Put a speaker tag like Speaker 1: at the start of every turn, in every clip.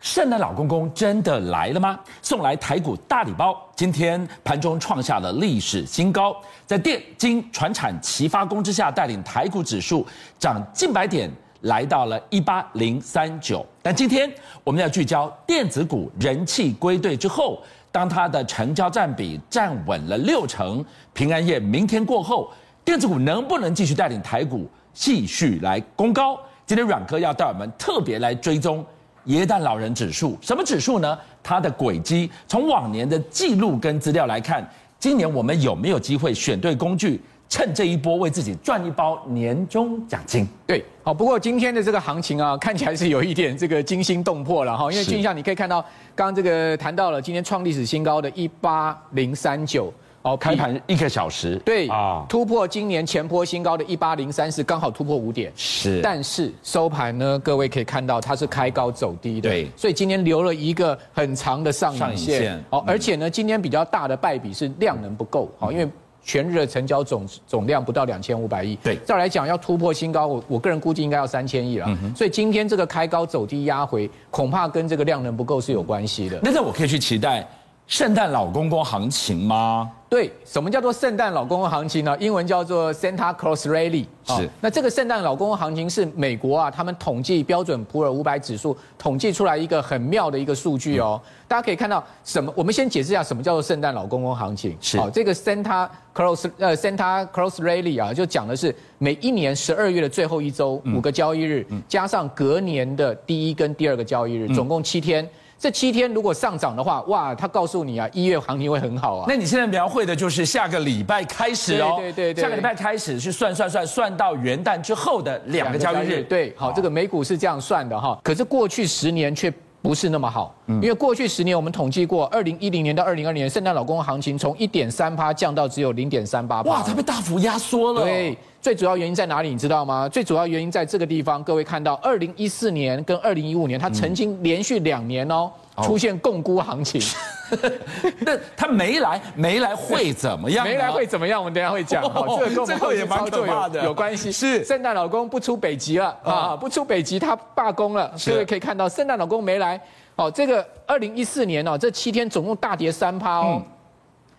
Speaker 1: 圣诞老公公真的来了吗？送来台股大礼包，今天盘中创下了历史新高，在电、金、船产齐发功之下，带领台股指数涨近百点，来到了一八零三九。但今天我们要聚焦电子股人气归队之后，当它的成交占比站稳了六成，平安夜明天过后，电子股能不能继续带领台股继续来攻高？今天阮哥要带我们特别来追踪耶诞老人指数，什么指数呢？它的轨迹，从往年的记录跟资料来看，今年我们有没有机会选对工具，趁这一波为自己赚一包年终奖金？
Speaker 2: 对，好，不过今天的这个行情啊， 看起来是有一点这个惊心动魄了哈，因为
Speaker 1: 是
Speaker 2: 俊相你可以看到，刚刚这个谈到了今天创历史新高的一八零三九，哦，
Speaker 1: 开
Speaker 2: 比
Speaker 1: 盘一个小时，
Speaker 2: 对
Speaker 1: 啊，
Speaker 2: 突破今年前波新高的一八零三是刚好突破五点，
Speaker 1: 是，
Speaker 2: 但是收盘呢，各位可以看到它是开高走低的，
Speaker 1: 对
Speaker 2: 所以今天留了一个很长的上
Speaker 1: 上
Speaker 2: 影
Speaker 1: 影
Speaker 2: 线，
Speaker 1: 线嗯
Speaker 2: 哦，而且呢，今天比较大的败笔是量能不够，好、因为。全日的成交总总量不到两千五百亿，
Speaker 1: 对嗯
Speaker 2: 再来讲要突破新高，我我个人估计应该要三千亿了。所以今天这个开高走低压回，恐怕跟这个量能不够是有关系的。
Speaker 1: 那这我可以去期待圣诞老公公行情吗？
Speaker 2: 对，什么叫做圣诞老公公行情呢？英文叫做 Santa Claus Rally。哦
Speaker 1: 是
Speaker 2: 那这个圣诞老公公行情是美国啊，他们统计标准普尔五百指数统计出来一个很妙的一个数据
Speaker 1: 嗯
Speaker 2: 哦。大家可以看到什么？我们先解释一下什么叫做圣诞老公公行情。
Speaker 1: 是
Speaker 2: 哦，这个 Santa Claus 呃 Santa Claus Rally 啊，就讲的是每一年十二月的最后一周
Speaker 1: 嗯
Speaker 2: 五个交易日，加上隔年的第一跟第二个交易日，
Speaker 1: 嗯
Speaker 2: 总共七天。这七天如果上涨的话，哇，他告诉你啊，一月行情会很好啊。
Speaker 1: 那你现在描绘的就是下个礼拜开始哦，
Speaker 2: 对对对对
Speaker 1: 下个礼拜开始去算算算算到元旦之后的两个交易日，
Speaker 2: 对，好，这个美股是这样算的哈。可是过去十年却不是那么好，
Speaker 1: 嗯
Speaker 2: 因为过去十年我们统计过，二零一零年到二零二年圣诞老公公行情从一点三趴降到只有零点三八
Speaker 1: 哇，它被大幅压缩了，
Speaker 2: 对，，最主要原因在哪里？你知道吗？最主要原因在这个地方，各位看到，二零一四年跟二零一五年，它曾经连续两年哦。
Speaker 1: 嗯
Speaker 2: 出现共估行情，
Speaker 1: 那他没来，没来会怎么样呢？
Speaker 2: 没来会怎么样？我们等一下 会讲。好，这个跟我
Speaker 1: 这
Speaker 2: 们后
Speaker 1: 个也
Speaker 2: 续
Speaker 1: 蛮
Speaker 2: 操作
Speaker 1: 可怕的
Speaker 2: 有有关系。
Speaker 1: 是
Speaker 2: 圣诞老公不出北极了啊，不出北极他罢工了。
Speaker 1: 是
Speaker 2: 各位可以看到，圣诞老公没来。哦，这个二零一四年哦，这七天总共大跌三趴
Speaker 1: 嗯
Speaker 2: 哦，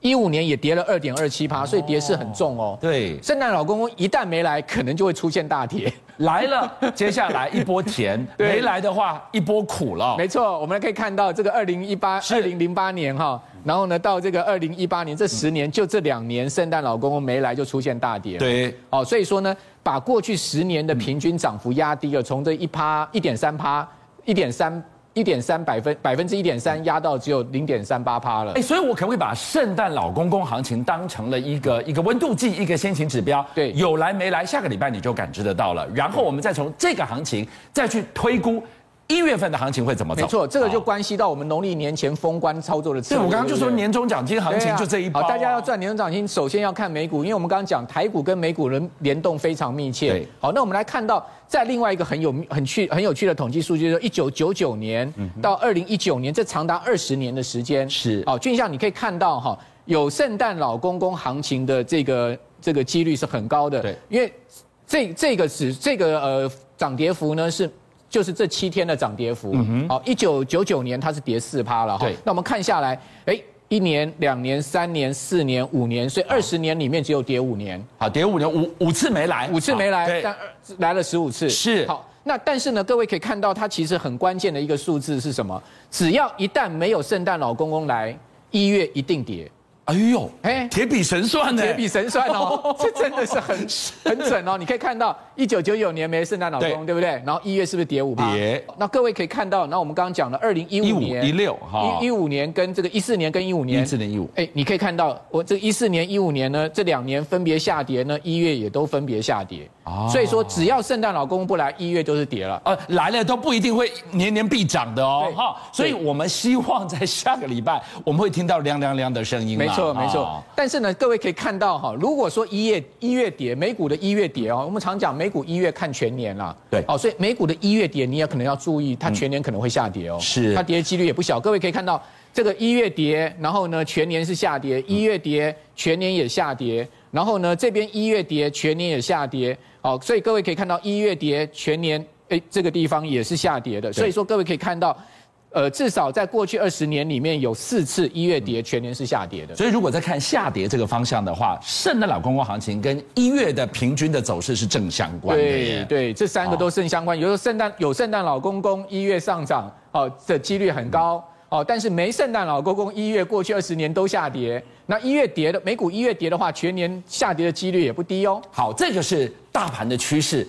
Speaker 2: 一五年也跌了二点二七趴，所以跌势很重哦。
Speaker 1: 对，
Speaker 2: 圣诞老公公一旦没来，可能就会出现大跌。
Speaker 1: 来了，接下来一波甜，
Speaker 2: 对
Speaker 1: 没来的话一波苦了。
Speaker 2: 没错，我们可以看到这个二零一八、
Speaker 1: 是
Speaker 2: 二零零八年哈，然后呢到这个二零一八年这十年，就这两年圣诞老公公没来就出现大跌。，
Speaker 1: 对，
Speaker 2: 哦，所以说呢，把过去十年的平均涨幅压低了，从这一趴一点三趴、一点三、一点三百分百分之一点三压到只有零点三八趴了
Speaker 1: 哎，。所以我可不可以把圣诞老公公行情当成了一个一个温度计，一个先行指标？
Speaker 2: 嗯对
Speaker 1: 有来没来，下个礼拜你就感知得到了。然后我们再从这个行情再去推估一月份的行情会怎么走。
Speaker 2: 没错，这个就
Speaker 1: 好
Speaker 2: 关系到我们农历年前封关操作的策
Speaker 1: 对
Speaker 2: 略。
Speaker 1: 我刚刚就说
Speaker 2: 对不对
Speaker 1: 年终奖金行
Speaker 2: 对
Speaker 1: 情
Speaker 2: 啊
Speaker 1: 就这一波，
Speaker 2: 好，大家要赚年终涨薪，首先要看美股，因为我们刚刚讲台股跟美股人联动非常密切
Speaker 1: 对。
Speaker 2: 好，那我们来看到在另外一个很有很趣很有趣的统计数据，就是一九九九年到二零一九年，这长达二十年的时间。
Speaker 1: 嗯是
Speaker 2: 好，俊相你可以看到哈，有圣诞老公公行情的这个这个几率是很高的。
Speaker 1: 对，
Speaker 2: 因为这这个是这个呃涨跌幅呢是。就是这七天的涨跌幅，好，一九九九年它是跌四趴了
Speaker 1: 嗯
Speaker 2: 哈
Speaker 1: 对，
Speaker 2: 那我们看下来，哎，一年、两年、三年、四年、五年，所以二十年里面只有跌五年，
Speaker 1: 好，跌五年五五次没来，
Speaker 2: 五次没
Speaker 1: 好
Speaker 2: 来，
Speaker 1: 对
Speaker 2: 但二来了十五次，
Speaker 1: 是
Speaker 2: 好。那但是呢，各位可以看到，它其实很关键的一个数字是什么？只要一旦没有圣诞老公公来，一月一定跌。
Speaker 1: 哎呦，
Speaker 2: 哎
Speaker 1: 铁笔神算呢，
Speaker 2: 铁比神算 哦，这真的是很很准哦。你可以看到，一九九九年没圣诞老公，
Speaker 1: 对
Speaker 2: 对不对？然后一月是不是跌五趴？
Speaker 1: 跌。
Speaker 2: 那各位可以看到，那我们刚刚讲的二零一五年、
Speaker 1: 15哈
Speaker 2: 一一五年跟这个一四年跟一五年，
Speaker 1: 14年15
Speaker 2: 哎，你可以看到，我这一四年、一五年呢，这两年分别下跌呢，一月也都分别下跌。
Speaker 1: 哦
Speaker 2: 所以说，只要圣诞老公不来，一月就是跌了。
Speaker 1: 呃，来了都不一定会年年必涨的哦，
Speaker 2: 对
Speaker 1: 哈，所以我们希望在下个礼拜我们会听到亮亮亮的声音啦，啊
Speaker 2: 没错，
Speaker 1: 哈
Speaker 2: 没错。但是呢，各位可以看到哈，如果说一月一月跌，美股的一月跌哦，我们常讲美股一月看全年啦。
Speaker 1: 对嗯
Speaker 2: 哦，所以美股的一月跌，你也可能要注意，它全年可能会下跌哦。
Speaker 1: 是
Speaker 2: 它跌的几率也不小。各位可以看到，这个一月跌，然后呢全年是下跌，一月跌，全年也下跌。然后呢，这边一月跌，全年也下跌。哦，所以各位可以看到一月跌，全年哎这个地方也是下跌的。所以说各位可以看到。呃，至少在过去二十年里面有四次一月跌，全年是下跌的。
Speaker 1: 所以如果再看下跌这个方向的话，圣诞老公公行情跟一月的平均的走势是正相关的
Speaker 2: 对
Speaker 1: 耶。
Speaker 2: 对，这三个都是相关。有时候圣诞有圣诞老公公一月上涨，哦，这几率很
Speaker 1: 嗯
Speaker 2: 高哦。但是没圣诞老公公一月，过去二十年都下跌。那一月跌的美股一月跌的话，全年下跌的几率也不低哦。
Speaker 1: 好，这个是大盘的趋势，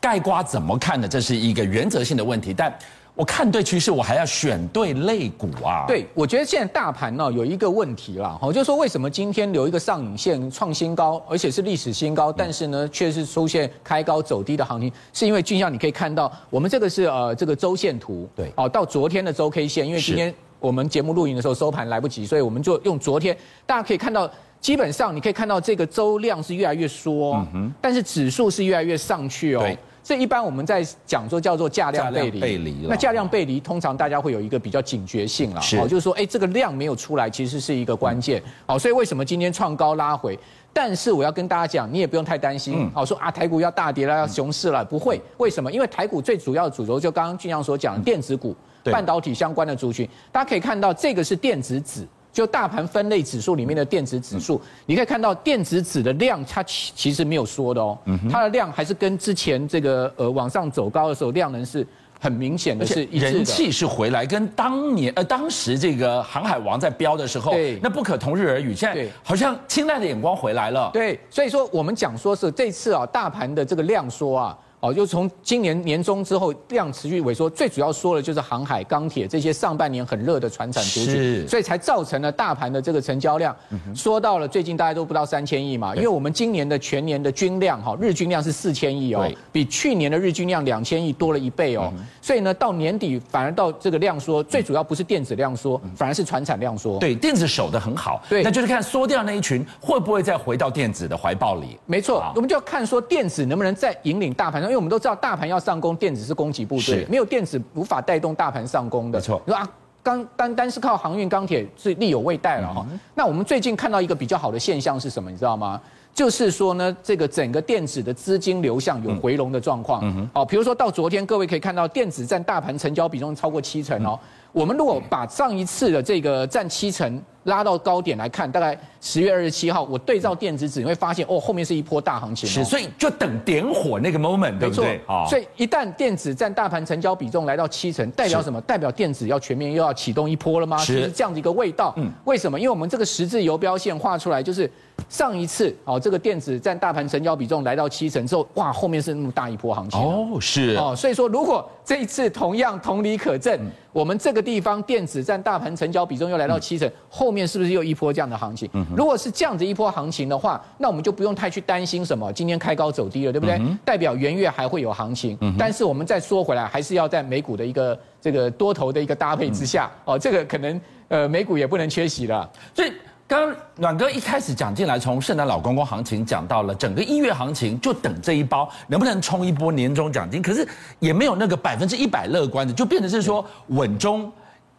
Speaker 1: 盖瓜怎么看呢？这是一个原则性的问题，但我看对趋势，我还要选对类股啊。，
Speaker 2: 对，我觉得现在大盘呢、有一个问题啦，哈，就是说为什么今天留一个上影线创新高，而且是历史新
Speaker 1: 嗯
Speaker 2: 高，但是呢却是出现开高走低的行情，是因为俊象你可以看到，我们这个是呃这个周线图，
Speaker 1: 对
Speaker 2: 哦，到昨天的周 K 线，因为今
Speaker 1: 是
Speaker 2: 天我们节目录影的时候收盘来不及，所以我们就用昨天，大家可以看到。基本上你可以看到这个周量是越来越缩、但是指数是越来越上去哦
Speaker 1: 嗯对。
Speaker 2: 这一般我们在讲说叫做价量
Speaker 1: 价量
Speaker 2: 背离。
Speaker 1: 背离了
Speaker 2: 那价量背离通常大家会有一个比较警觉性啦，
Speaker 1: 是嗯
Speaker 2: 哦就是说，哎，这个量没有出来，其实是一个关键。好，所以为什么今天创高拉回？但是我要跟大家讲，你也不用太担
Speaker 1: 嗯
Speaker 2: 心。好，说啊，台股要大跌了，要熊市了，不会。为什么？因为台股最主要的主轴就刚刚俊阳所讲，的电子股、
Speaker 1: 嗯对
Speaker 2: 半导体相关的族群，大家可以看到，这个是电子指。就大盘分类指数里面的电子指
Speaker 1: 嗯
Speaker 2: 数，你可以看到电子指的量，它其其实没有缩的哦，
Speaker 1: 嗯
Speaker 2: 它的量还是跟之前这个呃往上走高的时候量能是很明显的
Speaker 1: 而且
Speaker 2: 是一致的。
Speaker 1: 人气是回来，跟当年呃当时这个航海王在飙的时候
Speaker 2: 对，
Speaker 1: 那不可同日而语。现在
Speaker 2: 对
Speaker 1: 好像青睐的眼光回来了。
Speaker 2: 对，所以说我们讲说是这次啊，大盘的这个量缩啊，哦，就从今年年中之后量持续萎缩，最主要说的就是航海、钢铁这些上半年很热的船产族
Speaker 1: 是嗯
Speaker 2: 群，所以才造成了大盘的这个成交量说到了最近大家都不到三千亿嘛，因为我们今年的全年的均量哈，日均量是四千亿哦
Speaker 1: 对，嗯
Speaker 2: 比去年的日均量两千亿多了一倍哦，所以呢，到年底反而到这个量缩，最主要不是电子量缩，
Speaker 1: 嗯
Speaker 2: 反而是船产量缩。
Speaker 1: 对，电子守得很好，
Speaker 2: 对
Speaker 1: 那就是看缩掉那一群会不会再回到电子的怀抱里。
Speaker 2: 没错
Speaker 1: 好，
Speaker 2: 我们就要看说电子能不能再引领大盘上，因为我们都知道大盘要上攻，电子是供给部队
Speaker 1: 是，
Speaker 2: 没有电子无法带动大盘上攻的。
Speaker 1: 没错
Speaker 2: 你说啊，刚单单是靠航运、钢铁是力有未逮了
Speaker 1: 嗯
Speaker 2: 哈、那我们最近看到一个比较好的现象是什么？你知道吗？就是说呢，这个整个电子的资金流向
Speaker 1: 嗯
Speaker 2: 有回笼的状况。哦，比如说到昨天，各位可以看到电子占大盘成交比重超过七成
Speaker 1: 嗯
Speaker 2: 哦。我们如果把上一次的这个占七成拉到高点来看，大概十月二十七号，我对照电子指，你会发现哦，后面是一波大行情、哦。
Speaker 1: 是，所以就等点火那个 moment，对啊
Speaker 2: 没
Speaker 1: 不
Speaker 2: 错
Speaker 1: 对？，
Speaker 2: 所以一旦电子占大盘成交比重来到七成，代表什么？代表电子要全面又要启动一波了吗？
Speaker 1: 是
Speaker 2: 就是这样的一个味道。
Speaker 1: 嗯
Speaker 2: 为什么？因为我们这个十字游标线画出来，就是上一次哦，这个电子占大盘成交比重来到七成之后，哇，后面是那么大一波行情。
Speaker 1: 哦，是
Speaker 2: 哦，所以说，如果这一次同样同理可证，我们这个地方电子占大盘成交比重又来到七成，后面是不是又一波这样的行情？如果是这样子一波行情的话，那我们就不用太去担心什么今天开高走低了，对不对？代表元月还会有行情，但是我们再说回来，还是要在美股的一个这个多头的一个搭配之下，哦，这个可能呃美股也不能缺席了。
Speaker 1: 所以刚刚暖哥一开始讲进来，从圣诞老公公行情讲到了整个一月行情，就等这一包能不能冲一波年终奖金，可是也没有那个百分之一百乐观的，就变成是说稳中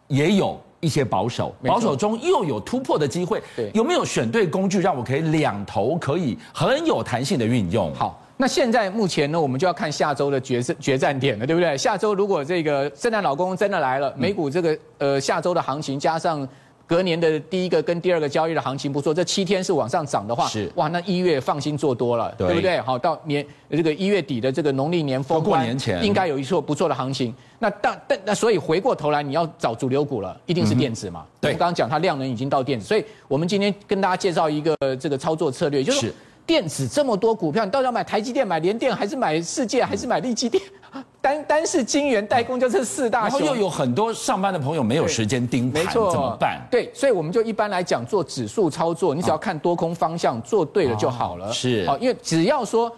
Speaker 1: 也有。一些保守，
Speaker 2: 没错
Speaker 1: 保守中又有突破的机会，
Speaker 2: 对
Speaker 1: 有没有选对工具，让我可以两头可以很有弹性的运用？，
Speaker 2: 好，那现在目前呢，我们就要看下周的决胜决战点了，对不对？下周如果这个圣诞老公公真的来了，
Speaker 1: 嗯
Speaker 2: 美股这个呃下周的行情加上。隔年的第一个跟第二个交易的行情不错，这七天是往上涨的话，
Speaker 1: 是
Speaker 2: 哇，那一月放心做多了，
Speaker 1: 对
Speaker 2: 对不对？好，到年这个一月底的这个农历年封
Speaker 1: 过
Speaker 2: 关
Speaker 1: 年前
Speaker 2: 应该有一错不错的行情。那但但那所以回过头来，你要找主流股了，一定是电子嘛？
Speaker 1: 嗯对
Speaker 2: 我们刚刚讲它量能已经到电子，所以我们今天跟大家介绍一个呃这个操作策略，就是是电子这么多股票，你到底要买台积电、买联电，还是买世
Speaker 1: 嗯
Speaker 2: 界，还是买力积电？单单是晶圆代工就这四大
Speaker 1: 然后
Speaker 2: 雄，
Speaker 1: 又有很多上班的朋友没有
Speaker 2: 对
Speaker 1: 时间盯盘
Speaker 2: 没，错，
Speaker 1: 怎么办？啊
Speaker 2: 对，所以我们就一般来讲做指数操作，你只要看多空方向，做对了就好了。
Speaker 1: 哦是
Speaker 2: 好，因为只要说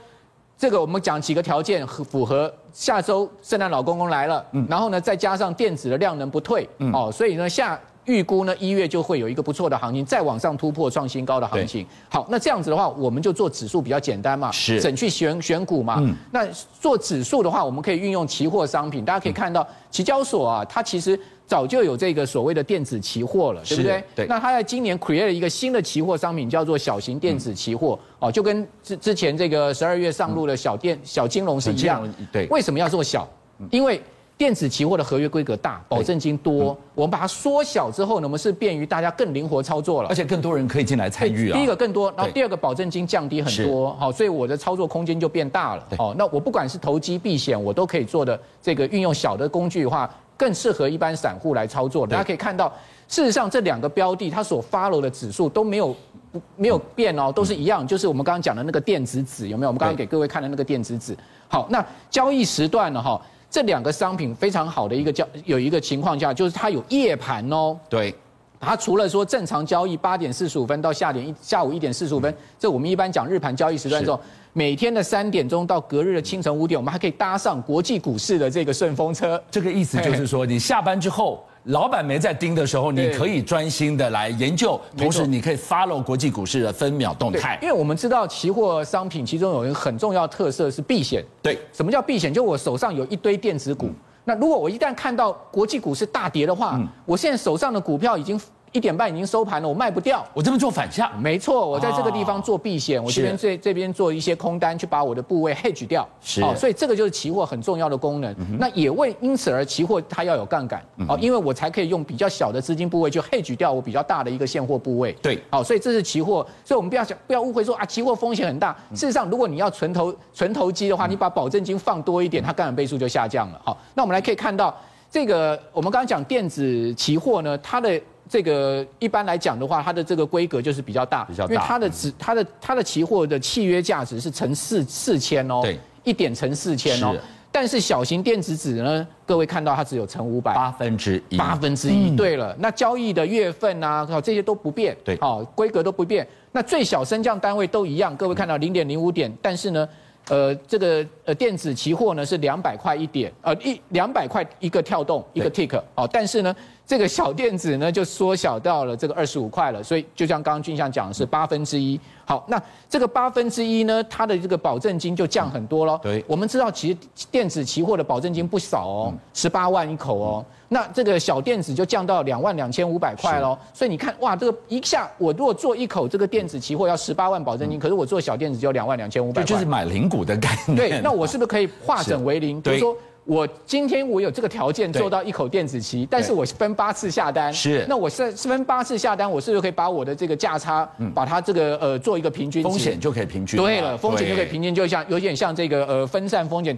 Speaker 2: 这个，我们讲几个条件合符合，下周圣诞老公公来了，然后呢再加上电子的量能不退，哦，所以呢下。预估呢，一月就会有一个不错的行情，再往上突破创新高的行情。好，那这样子的话，我们就做指数比较简单嘛，
Speaker 1: 是
Speaker 2: 整去选选股嘛。那做指数的话，我们可以运用期货商品，大家可以看到，期交所啊，它其实早就有这个所谓的电子期货了，对不
Speaker 1: 是
Speaker 2: 对？
Speaker 1: 对
Speaker 2: 那它在今年 create 了一个新的期货商品，叫做小型电子期货，哦，就跟之之嗯前这个十二月上路的小电小金融是一样
Speaker 1: 小
Speaker 2: 嗯
Speaker 1: 金融。对
Speaker 2: 为什么要做小？因为电子期货的合约规格大，保证金多，我们把它缩小之后呢，我们是便于大家更灵活操作了
Speaker 1: 而。且更多人可以进来参与啊。
Speaker 2: 第一个更多，然后
Speaker 1: 对
Speaker 2: 第二个保证金降低很多，好，所以我的操作空间就变大了
Speaker 1: 对。
Speaker 2: 哦，那我不管是投机避险，我都可以做的这个运用小的工具的话，更适合一般散户来操作。大家可以看到，事实上这两个标的它所 follow 的指数都没有不没有变
Speaker 1: 嗯
Speaker 2: 哦，都是一样，就是我们刚刚讲的那个电子纸有没有？我们刚刚
Speaker 1: 对
Speaker 2: 给各位看的那个电子纸。好，那交易时段呢？哈。这两个商品非常好的一个交有一个情况下，就是它有夜盘哦，
Speaker 1: 对，
Speaker 2: 它除了说正常交易八点四十五分到下点一下午一点四十五分，这我们一般讲日盘交易时段中，每天的三点钟到隔日的清晨五点，我们还可以搭上国际股市的这个顺风车。
Speaker 1: 这个意思就是说，你下班之后，老板没在盯的时候，你
Speaker 2: 对
Speaker 1: 可以专心的来研究，
Speaker 2: 没
Speaker 1: 同
Speaker 2: 错
Speaker 1: 时你可以 follow 国际股市的分秒动
Speaker 2: 对
Speaker 1: 态
Speaker 2: 因。为我们知道期货商品其中有一个很重要的特色是避险。
Speaker 1: 对，
Speaker 2: 什么叫避险？就我手上有一堆电子股，那如果我一旦看到国际股市大跌的话，我现在手上的股票已经一点半已经收盘了，我卖不掉。
Speaker 1: 我这边做反向，
Speaker 2: 没错，我在这个地方做避险，我这边这这边做一些空单，去把我的部位 hedge 掉。哦
Speaker 1: 是
Speaker 2: 所以这个就是期货很重要的功能。
Speaker 1: 嗯
Speaker 2: 那也为因此而期货它要有杠杆，哦，因为我才可以用比较小的资金部位去 hedge 掉我比较大的一个现货部位。
Speaker 1: 对
Speaker 2: 好，所以这是期货，所以我们不要想不要误会说啊，期货风险很大。
Speaker 1: 嗯
Speaker 2: 事实上，如果你要存投存投机的话，你把保证金放多一点，它杠杆倍数就下降了。好，那我们来可以看到这个，我们刚刚讲电子期货呢，它的。这个一般来讲的话，它的这个规格就是比较大，
Speaker 1: 比较大
Speaker 2: 因为它的指它的它的期货的契约价值是乘四四千哦，
Speaker 1: 对，
Speaker 2: 一点乘四千哦
Speaker 1: 是。
Speaker 2: 但是小型电子纸呢，各位看到它只有乘五百，
Speaker 1: 八分之一，嗯
Speaker 2: 八分之一。对了，那交易的月份啊，哦这些都不变，
Speaker 1: 对
Speaker 2: 哦，规格都不变。那最小升降单位都一样，各位看
Speaker 1: 嗯
Speaker 2: 到零点零五点，但是呢，呃，这个呃电子期货呢是两百块一点，呃一两百块一个跳动一个 tick 哦，但是呢，这个小电子呢就缩小到了这个二十五块了，所以就像刚刚俊相讲的是八分之一。好，那这个八分之一呢，它的这个保证金就降很多喽。
Speaker 1: 对
Speaker 2: 我们知道，其实电子期货的保证金不少哦，
Speaker 1: 嗯
Speaker 2: 十八万一口哦。那这个小电子就降到两万两千五百块喽。所以你看，哇，这个一下我如果做一口这个电子期货要十八万保证金，可是我做小电子就两万两千五百
Speaker 1: 嗯对，
Speaker 2: 块，
Speaker 1: 就是买零股的概念。
Speaker 2: 对，那我是不是可以化整为零？比
Speaker 1: 对
Speaker 2: 如说。我今天我有这个条件
Speaker 1: 对
Speaker 2: 做到一口电子期，但是我分八次下单，
Speaker 1: 是
Speaker 2: 那我是分八次下单，我是不是可以把我的这个价差，把它这个呃做一个平均值
Speaker 1: 嗯风险就可以平均化。啊
Speaker 2: 对了，风险就可以平均，就像有点像这个呃分散风险，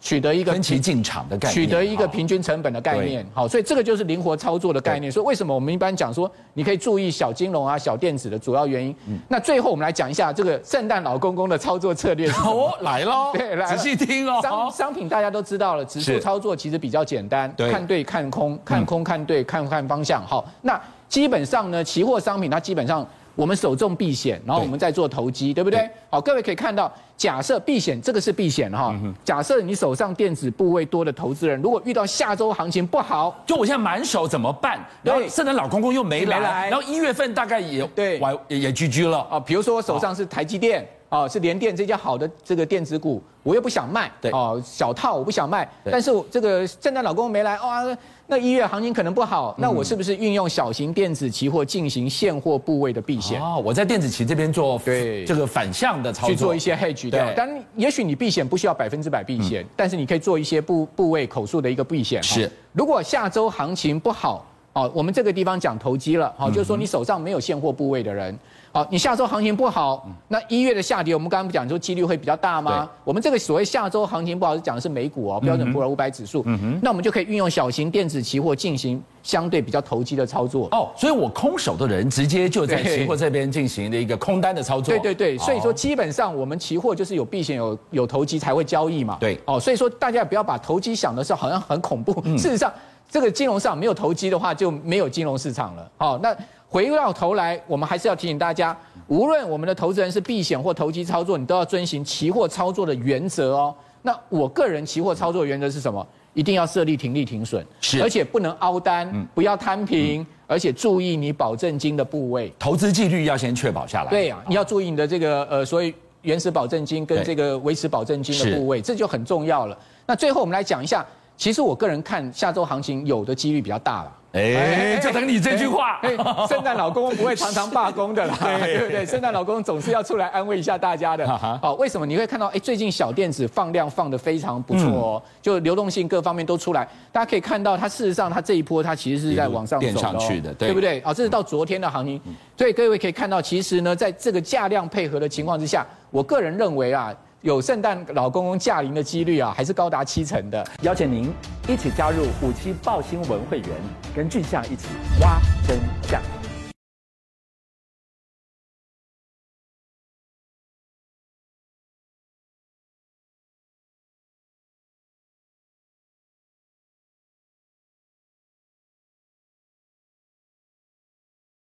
Speaker 2: 取得一
Speaker 1: 对
Speaker 2: 个
Speaker 1: 分歧进场的概念，
Speaker 2: 取得一个
Speaker 1: 哦
Speaker 2: 平均成本的概念。好，所以这个就是灵活操作的概念。所以为什么我们一般讲说，你可以注意小金融啊、小电子的主要原因。
Speaker 1: 嗯
Speaker 2: 那最后我们来讲一下这个圣诞老公公的操作策略是什么。
Speaker 1: 哦来喽，
Speaker 2: 对来了
Speaker 1: 仔细听哦。
Speaker 2: 商商品大家都知道了，指数
Speaker 1: 是
Speaker 2: 操作其实比较简单，
Speaker 1: 对嗯
Speaker 2: 看对看空，看空看对，看看方向。好，那基本上呢，期货商品它基本上我们首重避险，然后
Speaker 1: 对
Speaker 2: 我们再做投机，对不
Speaker 1: 对
Speaker 2: 对？好，各位可以看到，假设避险这个是避险
Speaker 1: 嗯
Speaker 2: 哈，假设你手上电子部位多的投资人，如果遇到下周行情不好，
Speaker 1: 就我现在满手怎么办？
Speaker 2: 对
Speaker 1: 然后圣诞老公公又没来，
Speaker 2: 没来
Speaker 1: 然后一月份大概也
Speaker 2: 对
Speaker 1: 完也也居居了。
Speaker 2: 啊，比如说我手上是台积电，啊，是联电这家好的这个电子股，我又不想卖，
Speaker 1: 对
Speaker 2: 哦，小套我不想卖，
Speaker 1: 对
Speaker 2: 但是我这个圣诞老公没来，哇、那一月行情可能不好，那我是不是运用小型电子期货进行现货部位的避险？
Speaker 1: 哦，我在电子棋这边做
Speaker 2: 对
Speaker 1: 这个反向的操作，
Speaker 2: 去做一些 hedge 掉
Speaker 1: 对，嗯
Speaker 2: 当然，也许你避险不需要百分之百避险，但是你可以做一些部部位口数的一个避险。哈
Speaker 1: 是，
Speaker 2: 如果下周行情不好，哦，我们这个地方讲投机了，
Speaker 1: 嗯
Speaker 2: 好、就是说你手上没有现货部位的人，好、你下周行情不好，那一月的下跌，我们刚刚不讲说几率会比较大吗
Speaker 1: 嗯对？嗯
Speaker 2: 我们这个所谓下周行情不好，是讲的是美股哦，标准普尔五百指数，那我们就可以运用小型电子期货进行相对比较投机的操作。
Speaker 1: 哦，所以我空手的人直接就在
Speaker 2: 对
Speaker 1: 期货这边进行了一个空单的操作。
Speaker 2: 对对对，所以说
Speaker 1: 哦
Speaker 2: 基本上我们期货就是有避险、有有投机才会交易嘛。
Speaker 1: 对嗯
Speaker 2: 哦，所以说大家也不要把投机想的是好像很恐怖，事实上这个金融市场没有投机的话就没有金融市场了。哦，那回到头来，我们还是要提醒大家，无论我们的投资人是避险或投机操作，你都要遵循期货操作的原则哦。那我个人期货操作原则是什么？一定要设立停利停损，
Speaker 1: 是嗯
Speaker 2: 而且不能凹单，不要摊平，而且注意你保证金的部位。
Speaker 1: 投资纪律要先确保下来。啊
Speaker 2: 对呀、你要注意你的这个呃，所以原始保证金跟
Speaker 1: 对
Speaker 2: 这个维持保证金
Speaker 1: 是
Speaker 2: 的部位，这就很重要了。那最后我们来讲一下，其实我个人看下周行情有的几率比较大了。
Speaker 1: 哎，就等你这句话。
Speaker 2: 哎，哎圣诞老公公不会常常罢工 的啦，对不对？圣诞老公总是要出来安慰一下大家的。
Speaker 1: 哈啊哈
Speaker 2: 好，为什么你会看到？哎，最近小电子放量放的非常不错哦，
Speaker 1: 嗯
Speaker 2: 就流动性各方面都出来。大家可以看到，它事实上它这一波它其实是在往上走
Speaker 1: 一路垫上
Speaker 2: 哦
Speaker 1: 去的对嗯
Speaker 2: 对不对？啊，这是到昨天的行情。所以各位可以看到，其实呢，在这个价量配合的情况之下，我个人认为啊，有圣诞老公公驾临的几率啊，还是高达七成的。
Speaker 3: 邀请您一起加入虎七报新闻会员，跟俊相一起挖真相。